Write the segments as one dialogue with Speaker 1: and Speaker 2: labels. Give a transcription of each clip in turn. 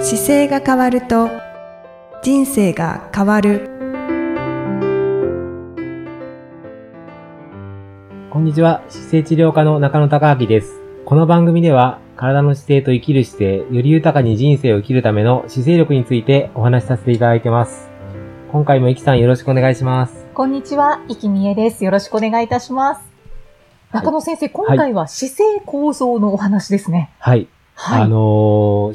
Speaker 1: 姿勢が変わると人生が変わる
Speaker 2: こんにちは、姿勢治療科の中野隆明です。この番組では、体の姿勢と生きる姿勢、より豊かに人生を生きるための姿勢力についてお話しさせていただいてます。今回もイキさんよろしくお願いします。
Speaker 3: こんにちは、いきみえです。よろしくお願いいたします。中野先生、今回は姿勢構造のお話ですね。
Speaker 2: はい。
Speaker 3: は
Speaker 2: あ
Speaker 3: い。
Speaker 2: の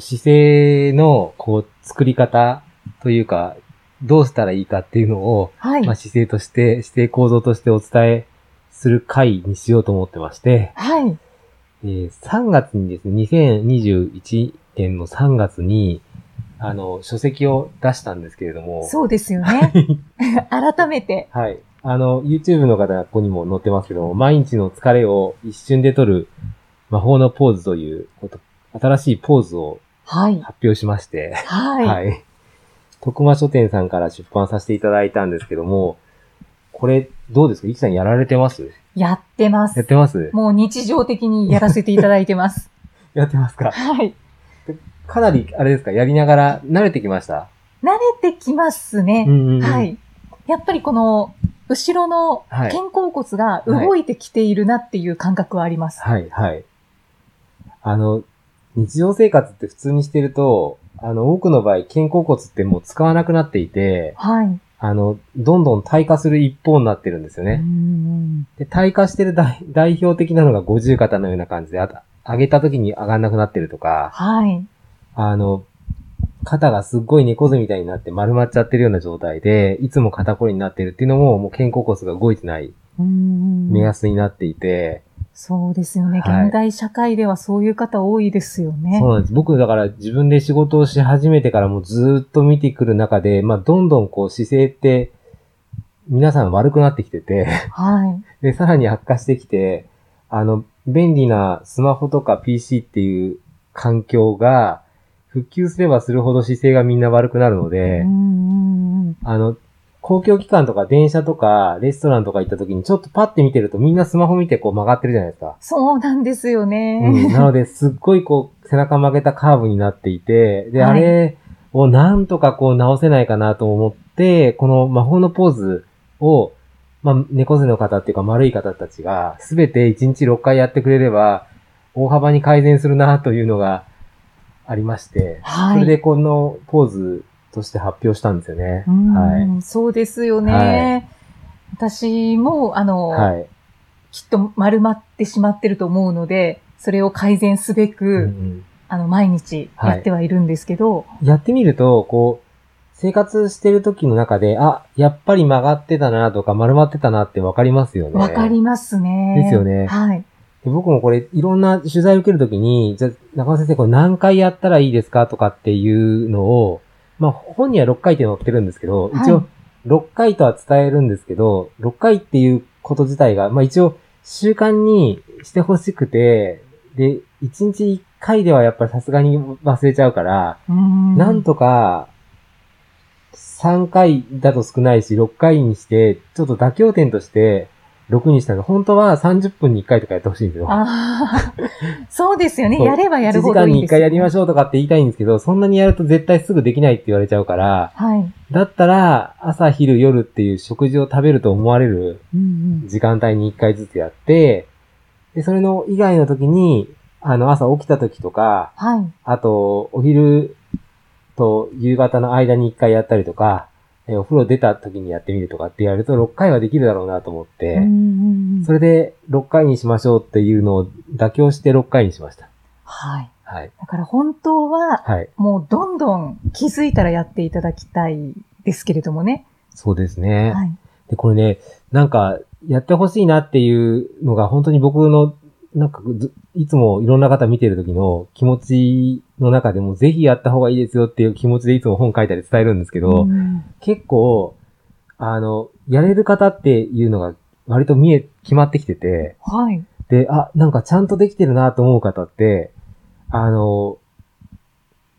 Speaker 2: ー姿勢の、こう、作り方というか、どうしたらいいかっていうのを、
Speaker 3: はい
Speaker 2: まあ、。姿勢として、姿勢構造としてお伝えする回にしようと思ってまして、
Speaker 3: はい。
Speaker 2: えー3月にですね、2021年の3月に、あの、書籍を出したんですけれども、
Speaker 3: そうですよね。改めて。
Speaker 2: はい。あの、YouTube の方、ここにも載ってますけども、毎日の疲れを一瞬で取る魔法のポーズということ、新しいポーズを
Speaker 3: はい。
Speaker 2: 発表しまして、
Speaker 3: はい。
Speaker 2: はい。徳間書店さんから出版させていただいたんですけども、これ、どうですかいきさんやられてます
Speaker 3: やってま
Speaker 2: やっ
Speaker 3: す。
Speaker 2: てます
Speaker 3: もう日常的にやらせていただい てます。
Speaker 2: やってますか
Speaker 3: はい。
Speaker 2: かなり、あれですかやりながら慣れてきました
Speaker 3: 慣れてきますね。
Speaker 2: んんん
Speaker 3: は。い。やっぱりこの、後ろの
Speaker 2: はい
Speaker 3: 肩甲骨が動いてきているなっていう感覚はあります。
Speaker 2: はい、はい。あの、日常生活って普通にしてると、あの、多くの場合、肩甲骨ってもう使わなくなっていて、
Speaker 3: はい。
Speaker 2: あの、どんどん退化する一方になってるんですよ
Speaker 3: う
Speaker 2: ね。
Speaker 3: ん
Speaker 2: で、退化してる代代表的なのが五十肩のような感じで、あと上げた時に上がんなくなってるとか、
Speaker 3: はい。
Speaker 2: あの、肩がすっごい猫背みたいになって丸まっちゃってるような状態で、いつも肩こりになってるっていうのも、もう肩甲骨が動いてない
Speaker 3: うん
Speaker 2: 目安になっていて、
Speaker 3: そうですよね。
Speaker 2: はい
Speaker 3: 現代社会ではそういう方多いですよね。
Speaker 2: そうなんです。僕、だから自分で仕事をし始めてからもうずーっと見てくる中で、まあ、どんどんこう姿勢って、皆さん悪くなってきて て、
Speaker 3: はい。
Speaker 2: で、さらに悪化してきて、あの、便利なスマホとか PC っていう環境が、復旧すればするほど姿勢がみんな悪くなるので、
Speaker 3: うんうんうん
Speaker 2: あの、公共機関とか電車とかレストランとか行った時にちょっとパッて見てるとみんなスマホ見てこう曲がってるじゃないですか。
Speaker 3: そうなんですよね。
Speaker 2: うん、なので、すっごいこう、背中曲げたカーブになっていて、で、
Speaker 3: はい
Speaker 2: あれをなんとかこう直せないかなと思って、この魔法のポーズを、まあ、猫背の方っていうか丸い方たちが、すべて1日6回やってくれれば、大幅に改善するなというのがありまして、
Speaker 3: はい。
Speaker 2: それでこのポーズとして発表したんですよね。
Speaker 3: うん
Speaker 2: は
Speaker 3: そうですよね。
Speaker 2: は
Speaker 3: 私も、あの、
Speaker 2: い。はい。
Speaker 3: きっと丸まってしまってると思うので、それを改善すべく、
Speaker 2: うんうん
Speaker 3: あの、毎日やってはいるんですけど、
Speaker 2: やってみると、こう、生活してる時の中で、あ、やっぱり曲がってたなとか丸まってたなってわかりますよね。
Speaker 3: わ、かりますね。
Speaker 2: ですよね
Speaker 3: はい。
Speaker 2: で僕もこれ、いろんな取材を受けるときに、じゃあ、中野先生、これ何回やったらいいですかとかっていうのを、まあ、本には6回って載ってるんですけど、
Speaker 3: はい
Speaker 2: 一応、6回とは伝えるんですけど、6回っていうこと自体が、まあ一応、習慣にしてほしくて、で、1日1回ではやっぱりさすがに忘れちゃうから、な
Speaker 3: なん
Speaker 2: とか、3回だと少ないし、6回にして、ちょっと妥協点として、6にしたの。本当は30分に1回とかやってほしいんですよ。
Speaker 3: ああ、 そうですよね。
Speaker 2: そう
Speaker 3: やればやるほ
Speaker 2: 1
Speaker 3: ど
Speaker 2: 時間
Speaker 3: いい
Speaker 2: に1
Speaker 3: です
Speaker 2: 回
Speaker 3: よね、
Speaker 2: やりましょうとかって言いたいんですけど、そんなにやると絶対すぐできないって言われちゃうから、
Speaker 3: はい。
Speaker 2: だったら、朝、昼、夜っていう食事を食べると思われる
Speaker 3: うんうん
Speaker 2: 時間帯に1回ずつやって、で、それの以外の時に、あの、朝起きた時とか、
Speaker 3: はい。
Speaker 2: あと、お昼と夕方の間に一回やったりとか、えーお風呂出た時にやってみるとかってやると6回はできるだろうなと思って、
Speaker 3: うんうんうん
Speaker 2: それで6回にしましょうっていうのを妥協して6回にしました。
Speaker 3: はい。
Speaker 2: はい。
Speaker 3: だから本当は、
Speaker 2: はい。
Speaker 3: もうどんどん気づいたらやっていただきたいですけれどもね。
Speaker 2: そうですね。
Speaker 3: はい。
Speaker 2: で、これね、なんか、やってほしいなっていうのが本当に僕の、なんかず、いつもいろんな方見てる時の気持ちの中でも、ぜひやった方がいいですよっていう気持ちでいつも本書いたり伝えるんですけど、
Speaker 3: うん
Speaker 2: 結構、あの、やれる方っていうのが割と見え、決まってきてて、
Speaker 3: はい。
Speaker 2: で、あ、なんかちゃんとできてるなと思う方って、あの、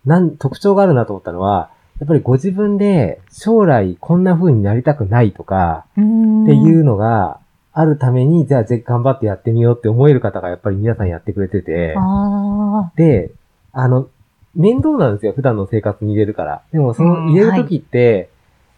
Speaker 2: なん、特徴があるなと思ったのは、やっぱりご自分で将来こんな風になりたくないとか、
Speaker 3: っ
Speaker 2: っていうのがあるために、じゃあぜ頑張ってやってみようって思える方がやっぱり皆さんやってくれてて、
Speaker 3: ああ。
Speaker 2: で、あの、面倒なんですよ、普段の生活に入れるから。でもその入れる時って、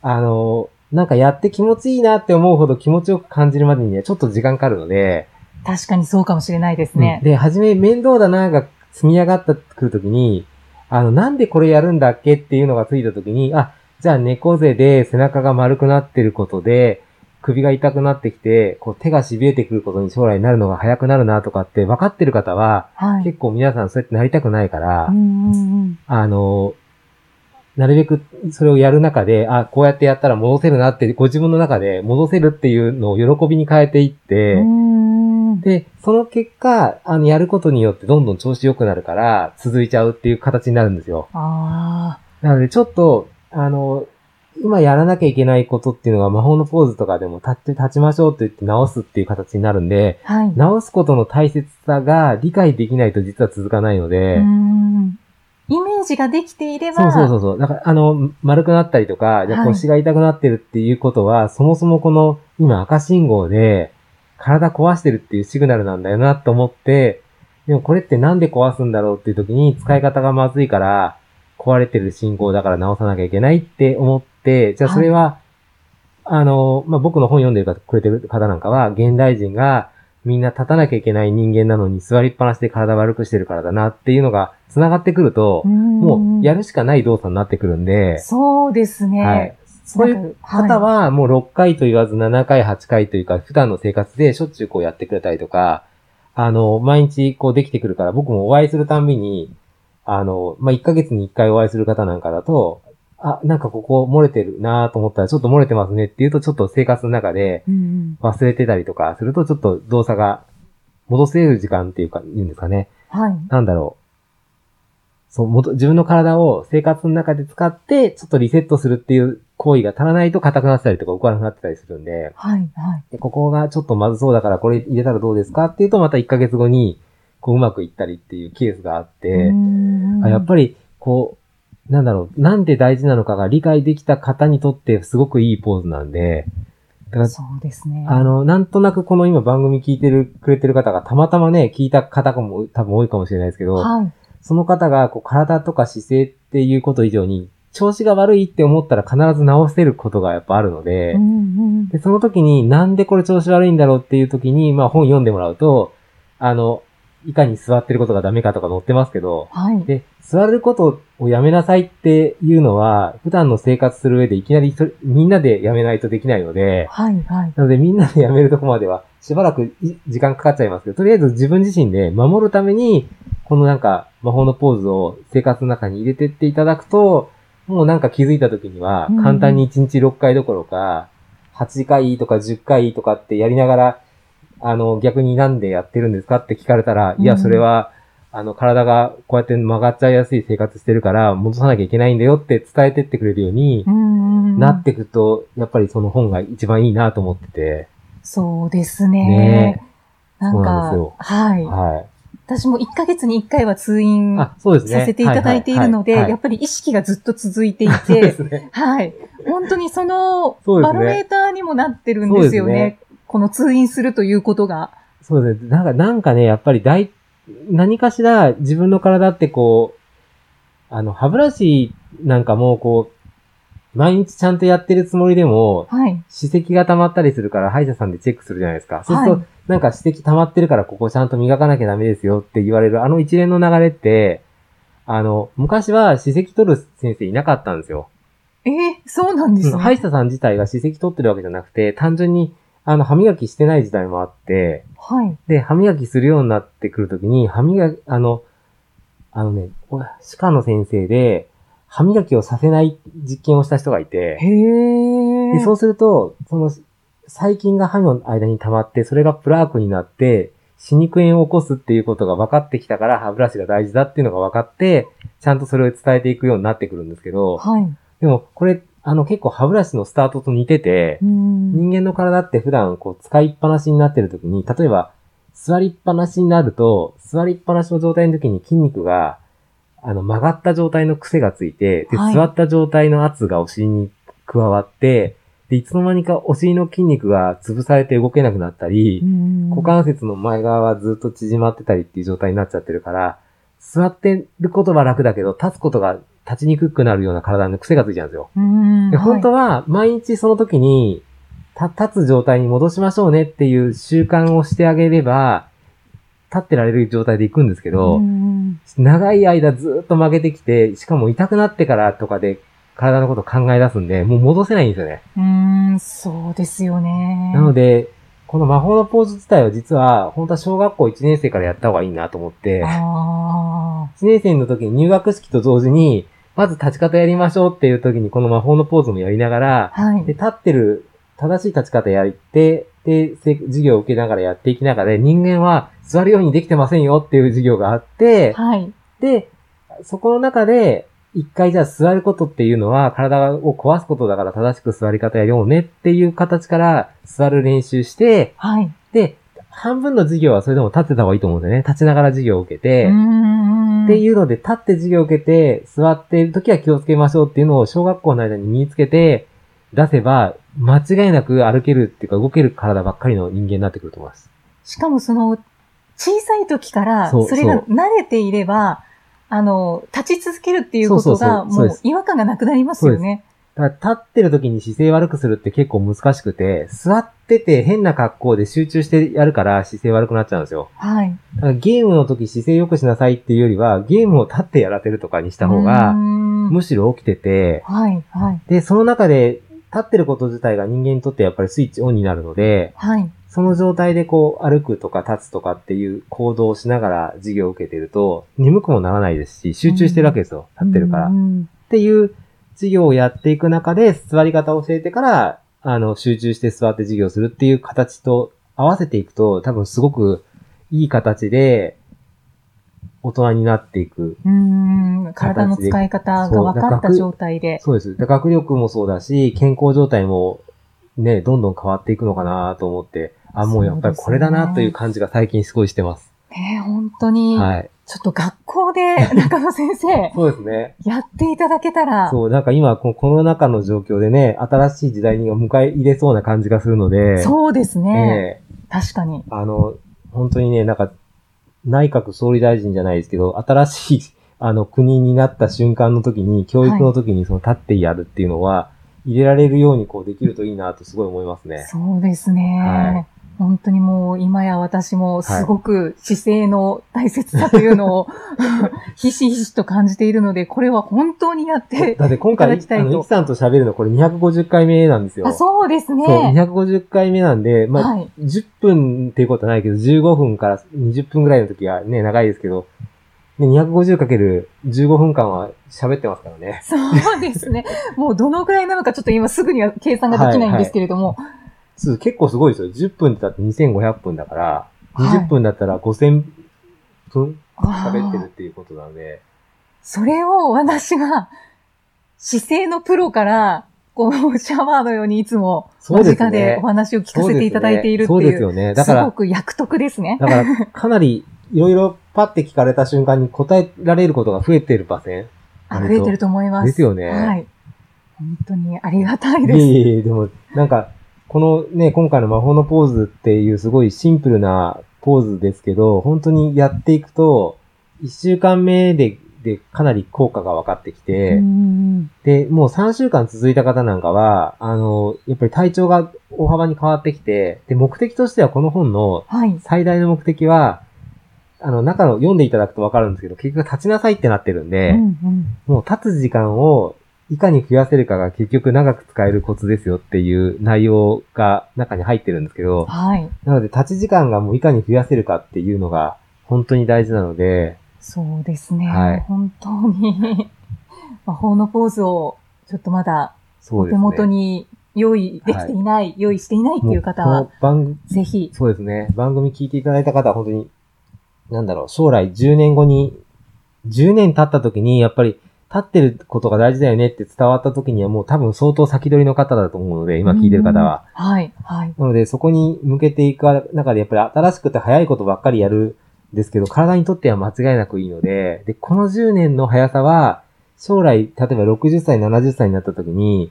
Speaker 2: あの、なんかやって気持ちいいなって思うほど気持ちよく感じるまでにはちょっと時間かかるので、
Speaker 3: 確かにそうかもしれないですね。
Speaker 2: で、初め面倒だなが積み上がってくるときに、あの、なんでこれやるんだっけっていうのがついたときに、あ、じゃあ猫背で背中が丸くなってることで、首が痛くなってきて、こう手が痺れてくることに将来なるのが早くなるなとかって分かってる方は、
Speaker 3: はい。
Speaker 2: 結構皆さんそうやってなりたくないから、
Speaker 3: うんうんうん
Speaker 2: あの、なるべくそれをやる中で、あ、こうやってやったら戻せるなって、ご自分の中で戻せるっていうのを喜びに変えていって、
Speaker 3: うんうん
Speaker 2: で、その結果、あの、やることによってどんどん調子良くなるから、続いちゃうっていう形になるんですよ。
Speaker 3: あ
Speaker 2: なので、ちょっと、あの、今やらなきゃいけないことっていうのが魔法のポーズとかでも立って、立ちましょうって言って直すっていう形になるんで、
Speaker 3: あ。はい。
Speaker 2: 直すことの大切さが理解できないと実は続かないので、
Speaker 3: うんイメージができていれば、
Speaker 2: そうそうそうそう。だから、あの、丸くなったりとか、じゃあ
Speaker 3: はい
Speaker 2: 腰が痛くなってるっていうことは、そもそもこの、今赤信号で、体壊してるっていうシグナルなんだよなと思って、でもこれってなんで壊すんだろうっていう時に、使い方がまずいから、壊れてる信号だから直さなきゃいけないって思って、じゃあそれは、あの、まあ、僕の本読んでるくれてる方なんかは、現代人がみんな立たなきゃいけない人間なのに座りっぱなしで体悪くしてるからだなっていうのが繋がってくると、もうや
Speaker 3: る。
Speaker 2: るしかない動作になってくるんで、
Speaker 3: そうですね。
Speaker 2: はい。そうい
Speaker 3: な
Speaker 2: うん
Speaker 3: か
Speaker 2: 方
Speaker 3: い
Speaker 2: はもう6回と言わず7回、8回というか、普段の生活でしょっちゅうこうやってくれたりとか、あの、毎日こうできてくるから、僕もお会いするたんびに、あの、まあ、1ヶ月に1回お会いする方なんかだと、あ、なんかここ漏れてるなと思ったら、ちょっと漏れてますねっていうと、ちょっと生活の中で
Speaker 3: うんうん
Speaker 2: 忘れてたりとかすると、ちょっと動作が戻せる時間っていうか、言うんですかね。
Speaker 3: はい。
Speaker 2: なんだろう。そう、もと、自分の体を生活の中で使って、ちょっとリセットするっていう行為が足らないと硬くなってたりとか動かなくなってたりするんで、
Speaker 3: はい。はい。
Speaker 2: でここがちょっとまずそうだからこれ入れたらどうですかっていうとまた1ヶ月後に、こううまくいったりっていうケースがあって、あやっぱり、こう、なんだろう、なんで大事なのかが理解できた方にとってすごくいいポーズなんで、だから
Speaker 3: そうですね。
Speaker 2: あの、なんとなくこの今番組聞いてる、くれてる方がたまたまね、聞いた方も多分多いかもしれないですけど、
Speaker 3: はい。
Speaker 2: その方がこう体とか姿勢っていうこと以上に、調子が悪いって思ったら必ず直せることがやっぱあるので、
Speaker 3: うんうん
Speaker 2: でその時になんでこれ調子悪いんだろうっていう時に、まあ本読んでもらうと、あの、いかに座ってることがダメかとか載ってますけど、
Speaker 3: はい。
Speaker 2: で、座ることをやめなさいっていうのは、普段の生活する上でいきなりそれみんなでやめないとできないので、
Speaker 3: はい。はい。
Speaker 2: なのでみんなでやめるとこまではしばらくい時間かかっちゃいますけど、とりあえず自分自身で守るために、このなんか魔法のポーズを生活の中に入れてっていただくと、もうなんか気づいた時には
Speaker 3: うん
Speaker 2: 簡単に1日6回どころか、8回とか10回とかってやりながら、あの逆になんでやってるんですかって聞かれたら、
Speaker 3: うん
Speaker 2: いやそれは、あの体がこうやって曲がっちゃいやすい生活してるから戻さなきゃいけないんだよって伝えてってくれるように、
Speaker 3: うんうんうん
Speaker 2: なってくと、やっぱりその本が一番いいなと思ってて、
Speaker 3: そうですね。
Speaker 2: ね
Speaker 3: なん
Speaker 2: そう
Speaker 3: か
Speaker 2: なんですよ
Speaker 3: はい。
Speaker 2: は
Speaker 3: 私も1ヶ月に1回は通
Speaker 2: い。
Speaker 3: 院
Speaker 2: あ、そうですね。
Speaker 3: させていただいているので、やっぱり意識がずっと続いてい
Speaker 2: そうで
Speaker 3: て、
Speaker 2: すね。
Speaker 3: はい。本当にその
Speaker 2: そうです
Speaker 3: バ
Speaker 2: ね
Speaker 3: ロメーターにもなってるんですよね。
Speaker 2: そうで
Speaker 3: この通院するということが。
Speaker 2: そうですね。なんか、なんかね、やっぱり大、何かしら自分の体ってこう、あの、歯ブラシなんかもこう、毎日ちゃんとやってるつもりでも、
Speaker 3: はい。
Speaker 2: 歯石が溜まったりするから歯医者さんでチェックするじゃないですか。そうすると、
Speaker 3: はい
Speaker 2: なんか歯石溜まってるからここちゃんと磨かなきゃダメですよって言われるあの一連の流れって、あの、昔は歯石取る先生いなかったんですよ。
Speaker 3: えーそうなんですね。
Speaker 2: うん歯医者さん自体が歯石取ってるわけじゃなくて、単純に、あの、歯磨きしてない時代もあって、
Speaker 3: はい。
Speaker 2: で、歯磨きするようになってくるときに、歯磨き、あの、あのね、お歯科の先生で、歯磨きをさせない実験をした人がい
Speaker 3: へ
Speaker 2: て、
Speaker 3: え。
Speaker 2: でそうすると、その、細菌が歯の間に溜まって、それがプラークになって、歯肉炎を起こすっていうことが分かってきたから、歯ブラシが大事だっていうのが分かって、ちゃんとそれを伝えていくようになってくるんですけど、
Speaker 3: はい。
Speaker 2: でも、これ、あの、結構歯ブラシのスタートと似てて、
Speaker 3: うん。
Speaker 2: 人間の体って普段こう使いっぱなしになってる時に、例えば座りっぱなしになると、座りっぱなしの状態の時に筋肉が、あの曲がった状態の癖がついて、で、
Speaker 3: はい
Speaker 2: 座った状態の圧がお尻に加わって、で、いつの間にかお尻の筋肉が潰されて動けなくなったり、
Speaker 3: うん
Speaker 2: 股関節の前側はずっと縮まってたりっていう状態になっちゃってるから、座ってることは楽だけど、立つことが立ちにくくなるような体の癖がついちゃうんですよ。
Speaker 3: うん
Speaker 2: で本当は、毎日その時に、た立つ状態に戻しましょうねっていう習慣をしてあげれば、立ってられる状態で行くんですけど、
Speaker 3: うん
Speaker 2: 長い間ずっと曲げてきて、しかも痛くなってからとかで体のこと考え出すんで、もう戻せないんですよね。
Speaker 3: うん、そうですよね。
Speaker 2: なので、この魔法のポーズ自体は実は、本当は小学校1年生からやった方がいいなと思って、
Speaker 3: あ
Speaker 2: 1年生の時に入学式と同時に、まず立ち方やりましょうっていう時にこの魔法のポーズもやりながら、
Speaker 3: あ、はい
Speaker 2: で、。立ってる、正しい立ち方やって、で、せ授業を受けながらやっていきながら、人間は座るようにできてませんよっていう授業があって、
Speaker 3: はい。
Speaker 2: で、そこの中で、一回じゃあ座ることっていうのは体を壊すことだから正しく座り方やようねっていう形から座る練習して、
Speaker 3: はい。
Speaker 2: で、半分の授業はそれでも立ってた方がいいと思うんだよね。立ちながら授業を受けて、
Speaker 3: うん
Speaker 2: っていうので、立って授業を受けて、座っている時は気をつけましょうっていうのを小学校の間に身につけて出せば、間違いなく歩けるっていうか動ける体ばっかりの人間になってくると思います。
Speaker 3: しかもその、小さい時から、
Speaker 2: そう
Speaker 3: それが
Speaker 2: そ
Speaker 3: 慣れていれば、あの、立ち続けるっていうこ
Speaker 2: そ
Speaker 3: と
Speaker 2: うそうそ
Speaker 3: が、
Speaker 2: うそう
Speaker 3: も
Speaker 2: で
Speaker 3: う
Speaker 2: す
Speaker 3: 違和感がなくなりますよね。
Speaker 2: だから立ってる時に姿勢悪くするって結構難しくて、座ってて変な格好で集中してやるから姿勢悪くなっちゃうんですよ。
Speaker 3: はい。
Speaker 2: だからゲームの時姿勢良くしなさいっていうよりは、ゲームを立ってやらせるとかにした方
Speaker 3: うー
Speaker 2: が、
Speaker 3: ん
Speaker 2: むしろ起きてて、
Speaker 3: はい、はい、
Speaker 2: で、その中で立ってること自体が人間にとってやっぱりスイッチオンになるので、
Speaker 3: はい。
Speaker 2: その状態でこう歩くとか立つとかっていう行動をしながら授業を受けてると、眠くもならないですし、集中してるわけですよ。立ってるから。
Speaker 3: う
Speaker 2: っ
Speaker 3: ん
Speaker 2: ていう授業をやっていく中で、座り方を教えてから、あの、集中して座って授業するっていう形と合わせていくと、多分すごくいい形で、大人になっていく。
Speaker 3: うんうん体の使い方が分かった状態で。
Speaker 2: そうです。で学力もそうだし、健康状態もね、どんどん変わっていくのかなと思って、あ、もうやっぱりこれだなという感じが最近すごいしてます。
Speaker 3: ね本当に、
Speaker 2: はい。
Speaker 3: ちょっと学校で中野先生、
Speaker 2: そうですね。
Speaker 3: やっていただけたら、
Speaker 2: そう、なんか今、このコロナ禍の状況でね、新しい時代に迎え入れそうな感じがするので、
Speaker 3: そうです
Speaker 2: う
Speaker 3: ね。
Speaker 2: ね。
Speaker 3: 確かに。
Speaker 2: あの、本当にね、なんか、内閣総理大臣じゃないですけど、新しい、 あの、国になった瞬間の時に、教育の時に、その、立ってやるっていうのは、入れられるように、こう、できるといいなとすごい思います ね。
Speaker 3: そうですね。
Speaker 2: はい
Speaker 3: 本当にもう今や私もすごく姿勢の大切さというの を、ひしひしと感じているので、これは本当にやって、
Speaker 2: だって今
Speaker 3: いた
Speaker 2: 回、
Speaker 3: だきた
Speaker 2: あ
Speaker 3: いと
Speaker 2: の、ゆきさんと喋るのこれ250回目なんですよ。
Speaker 3: あそうですね。
Speaker 2: そう、250回目なんで、まあ、
Speaker 3: はい。
Speaker 2: 10分っていうことはないけど、15分から20分ぐらいの時はね、長いですけど、ね、250×15 分間は喋ってますからね。
Speaker 3: そうですね。もうどのくらいなのかちょっと今すぐには計算ができないんですけれども、
Speaker 2: そう結構すごいですよ。10分ってだって2500分だから、
Speaker 3: はい
Speaker 2: 20分だったら5000分
Speaker 3: あ
Speaker 2: 喋ってるっ
Speaker 3: ー
Speaker 2: ていうことなので、
Speaker 3: それを私が姿勢のプロから、こう、シャワーのようにいつも
Speaker 2: そう
Speaker 3: 間
Speaker 2: ですね
Speaker 3: 近でお話を聞
Speaker 2: そ
Speaker 3: か
Speaker 2: う
Speaker 3: せ
Speaker 2: です
Speaker 3: ていただいている
Speaker 2: ね。
Speaker 3: って
Speaker 2: そう
Speaker 3: い
Speaker 2: です
Speaker 3: う、
Speaker 2: よね。だ
Speaker 3: す
Speaker 2: から
Speaker 3: ご、く役得ですね。
Speaker 2: だから、かなり、いろいろパッて聞かれた瞬間に答えられることが増えてるパセン
Speaker 3: あ増えてると思います。
Speaker 2: ですよね
Speaker 3: はい。本当にありがたい
Speaker 2: い
Speaker 3: で
Speaker 2: え
Speaker 3: す。
Speaker 2: いえいえ、でも、なんか、このね、今回の魔法のポーズっていうすごいシンプルなポーズですけど、本当にやっていくと、一週間目で、で、かなり効果が分かってきて、
Speaker 3: うん
Speaker 2: で、もう3週間続いた方なんかは、あの、やっぱり体調が大幅に変わってきて、で、目的としてはこの本の
Speaker 3: はい。
Speaker 2: 最大の目的は、あの、中の読んでいただくと分かるんですけど、結局立ちなさいってなってるんで、
Speaker 3: うんうん
Speaker 2: もう立つ時間をいかに増やせるかが結局長く使えるコツですよっていう内容が中に入ってるんですけど、
Speaker 3: はい。
Speaker 2: なので立ち時間がもういかに増やせるかっていうのが本当に大事なので、
Speaker 3: そうですね。
Speaker 2: はい
Speaker 3: 本当に 魔法のポーズをちょっとまだ
Speaker 2: そう
Speaker 3: お
Speaker 2: です
Speaker 3: 手
Speaker 2: ね。
Speaker 3: 元に用意できていない、用意していないっていう方
Speaker 2: も
Speaker 3: は
Speaker 2: う、この番組、
Speaker 3: ぜひ、
Speaker 2: そうですね。番組聞いていただいた方は本当に、なんだろう、将来10年後に、10年経った時にやっぱり立ってることが大事だよねって伝わった時にはもう多分相当先取りの方だと思うので、今聞いてる方は。
Speaker 3: うん。はい、はい。
Speaker 2: なので、そこに向けていく中で、やっぱり新しくて早いことばっかりやるんですけど、体にとっては間違いなくいいので、で、この10年の速さは、将来、例えば60歳、70歳になった時に、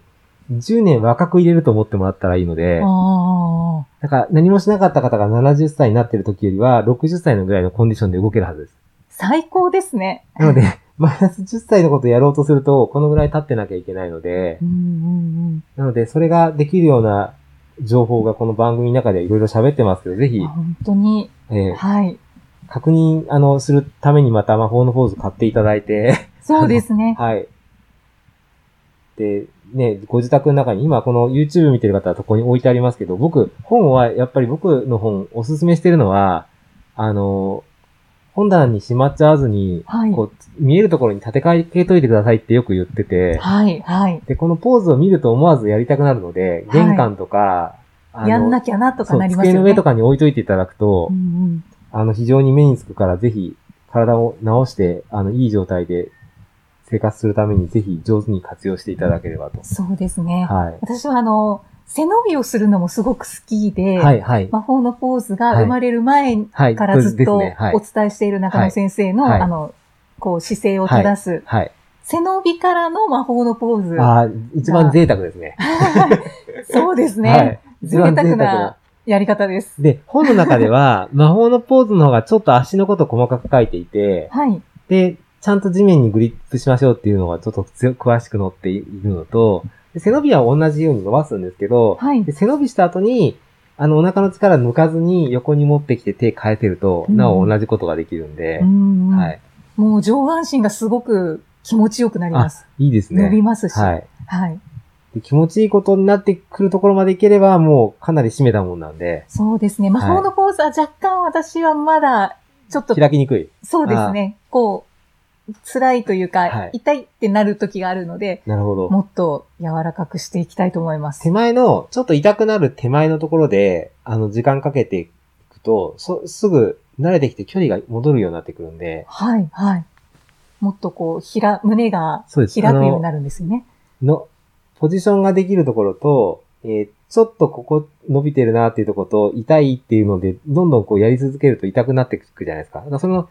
Speaker 2: 10年若く入れると思ってもらったらいいので、
Speaker 3: あ
Speaker 2: だから何もしなかった方が70歳になってる時よりは、60歳のぐらいのコンディションで動けるはずです。
Speaker 3: あ、最高ですね。
Speaker 2: なので、 マイナス10歳のことをやろうとすると、このぐらい経ってなきゃいけないので
Speaker 3: う、んうん
Speaker 2: なので、それができるような情報がこの番組の中でいろいろ喋ってますけど、ぜ
Speaker 3: う
Speaker 2: ひ
Speaker 3: ん。あ、本当に、
Speaker 2: えー
Speaker 3: はい。
Speaker 2: 確認、あの、するためにまた魔法のポーズ買っていただいて、
Speaker 3: そうですね。
Speaker 2: はい。で、ね、ご自宅の中に、今この YouTube 見てる方はここに置いてありますけど、僕、本は、やっぱり僕の本、おすすめしてるのは、あの、本棚にしまっちゃわずに、
Speaker 3: はい。
Speaker 2: こう、見えるところに立て替えといてくださいってよく言ってて、
Speaker 3: はい、はい。
Speaker 2: で、このポーズを見ると思わずやりたくなるので、
Speaker 3: はい
Speaker 2: 玄関とか、あの
Speaker 3: やんなきゃなとかなります
Speaker 2: そう机
Speaker 3: よね。
Speaker 2: の上とかに置いといていただくと、
Speaker 3: うんうん。
Speaker 2: あの、非常に目につくから、ぜひ、体を治して、あの、いい状態で生活するために、ぜひ上手に活用していただければと。
Speaker 3: そうですね。
Speaker 2: はい。
Speaker 3: 私はあの、背伸びをするのもすごく好きで、
Speaker 2: はい、はい。
Speaker 3: 魔法のポーズが生まれる前
Speaker 2: はい。
Speaker 3: からずっ
Speaker 2: です
Speaker 3: と
Speaker 2: ね。はい
Speaker 3: お。伝えしている中野先生の、
Speaker 2: はいはい
Speaker 3: あの、こう姿勢を正す、
Speaker 2: はい。
Speaker 3: 背伸びからの魔法のポーズ。
Speaker 2: ああ、一番贅沢ですね。
Speaker 3: そうですね、
Speaker 2: はい。一
Speaker 3: 贅沢
Speaker 2: 番
Speaker 3: なやり方です。
Speaker 2: で、本の中では、 魔法のポーズの方がちょっと足のこと細かく書いていて、
Speaker 3: はい。
Speaker 2: で、ちゃんと地面にグリップしましょうっていうのがちょっと強詳しく載っているのと、で背伸びは同じように伸ばすんですけど、
Speaker 3: はい
Speaker 2: で。背伸びした後に、あの、お腹の力抜かずに横に持ってきて手変えてると、
Speaker 3: うん
Speaker 2: なお同じことができるんで
Speaker 3: う、んうん
Speaker 2: はい。
Speaker 3: もう上半身がすごく気持ちよくなります。
Speaker 2: いいです
Speaker 3: 伸び
Speaker 2: ね。
Speaker 3: ますし。は。
Speaker 2: はいいで。気持ちいいことになってくるところまでいければ、もうかなり締めたもんなんで、
Speaker 3: そうですね。魔法のポーズは若干私はまだ、ちょっと、
Speaker 2: 開きにくい。
Speaker 3: そうですね。こう、辛いというか、
Speaker 2: はい
Speaker 3: 痛いってなる時があるので、
Speaker 2: なるほど。
Speaker 3: もっと柔らかくしていきたいと思います
Speaker 2: 手。前の、ちょっと痛くなる手前のところで、あの、時間かけていくと、そ、すぐ慣れてきて距離が戻るようになってくるんで、
Speaker 3: はい、はい。もっとこう、ひら、胸が
Speaker 2: そう
Speaker 3: 開
Speaker 2: です
Speaker 3: くようになるんですよね。
Speaker 2: の、ポジションができるところと、えーちょっとここ伸びてるなっていうところと、痛いっていうので、どんどんこうやり続けると痛くなってくじゃないですか。だからその、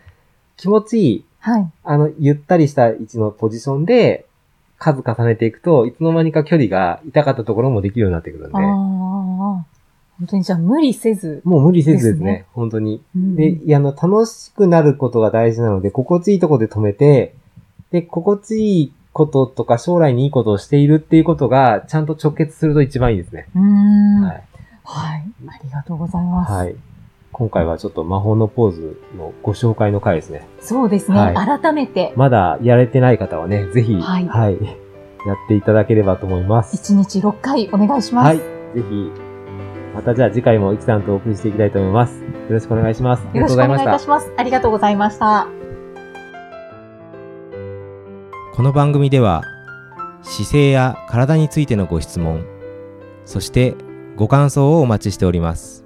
Speaker 2: 気持ちいい、
Speaker 3: はい。
Speaker 2: あの、ゆったりした位置のポジションで、数重ねていくと、いつの間にか距離が痛かったところもできるようになってくるんで
Speaker 3: ああ、、本当にじゃあ無理せず。
Speaker 2: もう無理せずですね、
Speaker 3: ですね
Speaker 2: 本当に。
Speaker 3: うん
Speaker 2: で、いやあの、楽しくなることが大事なので、心地いいところで止めて、で、心地いいこととか将来にいいことをしているっていうことが、ちゃんと直結すると一番いいですね。
Speaker 3: うーん、
Speaker 2: は
Speaker 3: はい。
Speaker 2: い。
Speaker 3: ありがとうございます。
Speaker 2: はい。今回はちょっと魔法のポーズのご紹介の回ですね。
Speaker 3: そうですね。
Speaker 2: はい
Speaker 3: 改めて、
Speaker 2: まだやれてない方はね、ぜひ、
Speaker 3: はい
Speaker 2: やっていただければと思います。
Speaker 3: 1日6回お願いします。
Speaker 2: はい。ぜひ、またじゃあ次回もいきさんとお送りしていきたいと思います。よろしくお願いします。あり
Speaker 3: よ
Speaker 2: がとうご
Speaker 3: ろしくお
Speaker 2: ざいま
Speaker 3: 願い
Speaker 2: し
Speaker 3: い
Speaker 2: た
Speaker 3: た。します。ありがとうございました。
Speaker 4: この番組では姿勢や体についてのご質問そしてご感想をお待ちしております